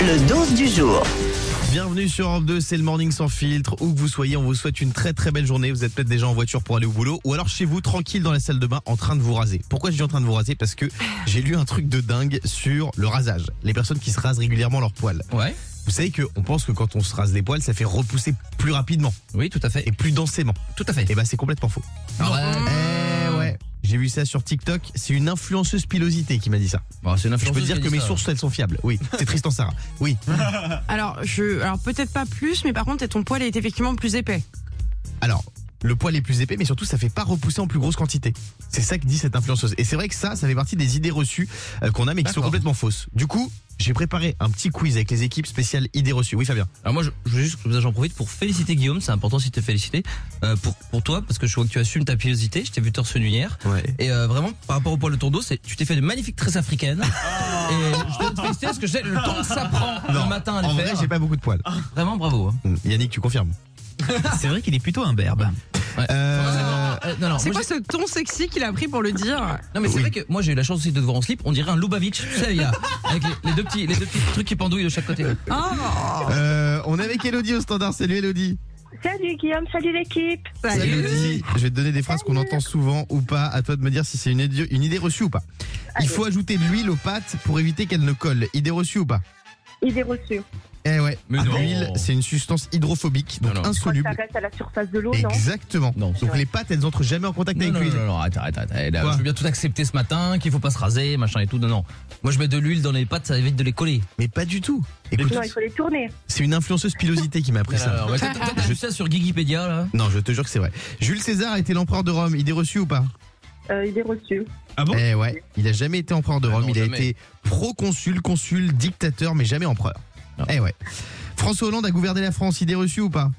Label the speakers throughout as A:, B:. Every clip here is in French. A: Le dose du jour.
B: Bienvenue sur Europe 2, c'est le Morning Sans Filtre. Où que vous soyez, on vous souhaite une très très belle journée. Vous êtes peut-être déjà en voiture pour aller au boulot ou alors chez vous, tranquille dans la salle de bain, en train de vous raser. Pourquoi je dis en train de vous raser Parce que j'ai lu un truc de dingue sur le rasage. Les personnes qui se rasent régulièrement leurs poils.
C: Ouais.
B: Vous savez qu'on pense que quand on se rase les poils, ça fait repousser plus rapidement
C: Oui, tout à fait.
B: et plus densément.
C: Tout à fait.
B: Et bah c'est complètement faux.
C: Alors, euh,
B: Eh ouais. J'ai vu ça sur TikTok, c'est une influenceuse pilosité qui m'a dit ça.
C: bon, c'est une
B: Je peux
C: influenceuse
B: dire
C: qui
B: que
C: dit
B: mes
C: ça.
B: sources, elles sont fiables. Oui, c'est Tristan Sarah. Oui.
D: Alors, je, alors peut-être pas plus, mais par contre, ton poil est effectivement plus épais.
B: Alors, le poil est plus épais, mais surtout, ça fait pas repousser en plus grosse quantité. C'est ça que dit cette influenceuse. Et c'est vrai que ça, ça fait partie des idées reçues euh, qu'on a, mais qui sont
C: D'accord.
B: complètement fausses. Du coup, j'ai préparé un petit quiz avec les équipes spéciales idées reçues. Oui, Fabien.
C: Alors Ah, moi, je, je veux juste que j'en profite pour féliciter Guillaume. C'est important si tu es félicité euh, pour pour toi parce que je vois que tu assumes ta pilosité. Je t'ai vu torse nu hier.
B: Ouais.
C: Et euh, vraiment, par rapport au poil de ton dos, c'est- tu t'es fait de magnifiques tresses africaines. Et je dois te féliciter parce que j'ai le temps que ça prend le matin à les
B: Ah. en vrai,
C: faire.
B: j'ai pas beaucoup de poils.
C: Vraiment, bravo. hein.
B: Mm. Yannick, tu confirmes
E: Ah. C'est vrai qu'il est plutôt un berbe.
C: Ouais.
B: Euh,
C: Euh, non, non,
D: C'est
C: moi,
D: quoi ce ton sexy qu'il a pris pour le dire
C: Non mais c'est
B: Oui.
C: vrai que moi j'ai eu la chance aussi de te voir en slip, on dirait un Lubavitch, tu sais, il y a, avec les, les deux petits, les deux petits trucs qui pendouillent de chaque côté.
D: Oh
B: euh, On est avec Elodie au standard. Salut Elodie.
F: Salut Guillaume, salut l'équipe.
D: Salut.
B: Elodie. Je vais te donner des phrases qu'on entend souvent ou pas. À toi de me dire si c'est une, idée- une idée reçue ou pas. Il
F: Allez.
B: faut ajouter de l'huile aux pâtes pour éviter qu'elles ne collent. Idée reçue ou pas
F: Il est reçu.
B: Eh ouais.
C: Mais
B: Ah,
C: non.
B: L'huile, c'est une substance hydrophobique, donc
C: Non, non.
F: Je crois que
B: insoluble.
F: ça reste à la surface de l'eau, non
B: Exactement.
C: Non,
B: Donc les pâtes, elles entrent jamais en contact
C: non,
B: avec
C: non,
B: l'huile.
C: non, non, arrête, arrête, arrête, arrête, là,
B: Quoi
C: je veux bien tout accepter ce matin, qu'il faut pas se raser, machin et tout, non, non. Moi je mets de l'huile dans les pattes, ça évite de les coller.
B: Mais pas du tout. Écoute,
F: Non, il faut les tourner.
B: c'est une influenceuse pilosité qui m'a appris
C: Alors,
B: ça.
C: ouais, t'as- t'as- t'as vu ça sur Gigipédia là
B: Non, je te jure que c'est vrai. Jules César était l'empereur de Rome. Idée reçue ou pas
F: Euh, il est reçu.
E: Bon.
B: Eh ouais. Il a jamais été empereur de
C: Ah
B: Rome.
C: non,
B: il a
C: jamais.
B: été proconsul, consul, dictateur, mais jamais empereur.
C: Non.
B: Eh ouais. François Hollande a gouverné la France. Idée reçue ou pas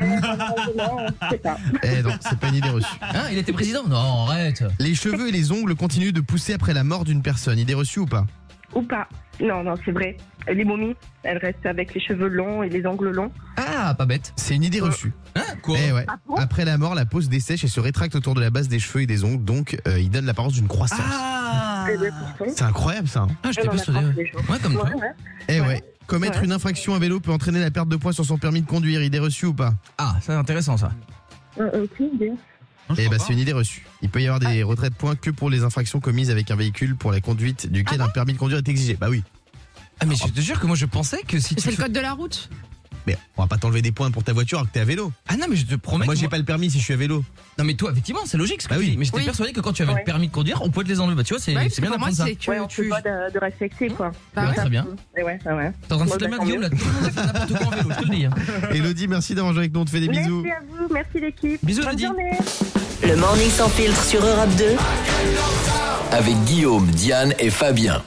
F: Non, je sais pas.
B: Eh non, c'est pas une idée reçue.
C: Hein Il était président Non, arrête
B: Les cheveux et les ongles continuent de pousser après la mort d'une personne. Idée reçue ou pas
F: Ou pas. Non, non, c'est vrai. Les momies, elles restent avec les cheveux longs et les ongles longs.
C: Ah, pas bête
B: C'est une idée reçue.
C: Hein Quoi
B: Eh ouais.
F: Ah bon
B: Après la mort, la peau se dessèche et se rétracte autour de la base des cheveux et des ongles, donc euh, il donne l'apparence d'une croissance.
C: Ah
F: Et les poussons,
B: C'est incroyable ça. hein.
C: Ah, je t'ai
F: elles en
C: pas sauté.
F: apprennent tous les jours.
C: Ouais, comme toi.
F: Ouais, ouais.
B: Eh ouais.
F: Ouais.
B: Commettre
F: Ouais.
B: une infraction à vélo peut entraîner la perte de poids sur son permis de conduire. Idée reçue ou pas
C: Ah, ça c'est intéressant ça.
F: Euh, aucune idée.
B: Eh bah c'est une idée reçue. Il peut y avoir des retraits de points que pour les infractions commises avec un véhicule pour la conduite duquel un permis de conduire est exigé. Bah oui.
C: Ah, mais je te jure que moi je pensais que si tu.
D: C'est le code de la route
B: Mais on va pas t'enlever des points pour ta voiture alors que t'es à vélo.
C: Ah non, mais je te promets
B: moi
C: que
B: j'ai
C: moi-
B: pas le permis si je suis à vélo.
C: Non mais toi effectivement c'est logique ce que
B: Bah
C: tu
B: oui.
C: dis. Mais j'étais
D: Oui.
C: persuadé que quand tu avais le
F: Ouais.
C: permis de conduire on pouvait te les enlever. Bah tu vois c'est
D: Ouais, parce
C: c'est
D: que
C: bien
D: pour moi,
C: d'apprendre ça.
D: c'est que
F: Ouais, on
D: tu.
F: peut pas de, de respecter, quoi.
D: Bah ouais.
C: Très bien.
F: Et ouais, ouais, ouais.
C: T'es en train de
F: Bon,
C: foutre la
F: bah,
C: merde
F: tant
C: Guillaume là. Tout le monde fait n'importe quoi en vélo je te le dis. hein.
B: Elodie, merci d'avoir joué avec nous. On te fait des bisous.
F: Merci à vous, merci l'équipe.
C: Bisous,
F: Bonne
C: Elodie.
F: journée.
A: Le Morning Sans Filtre sur Europe 2.
G: avec Guillaume, Diane et Fabien.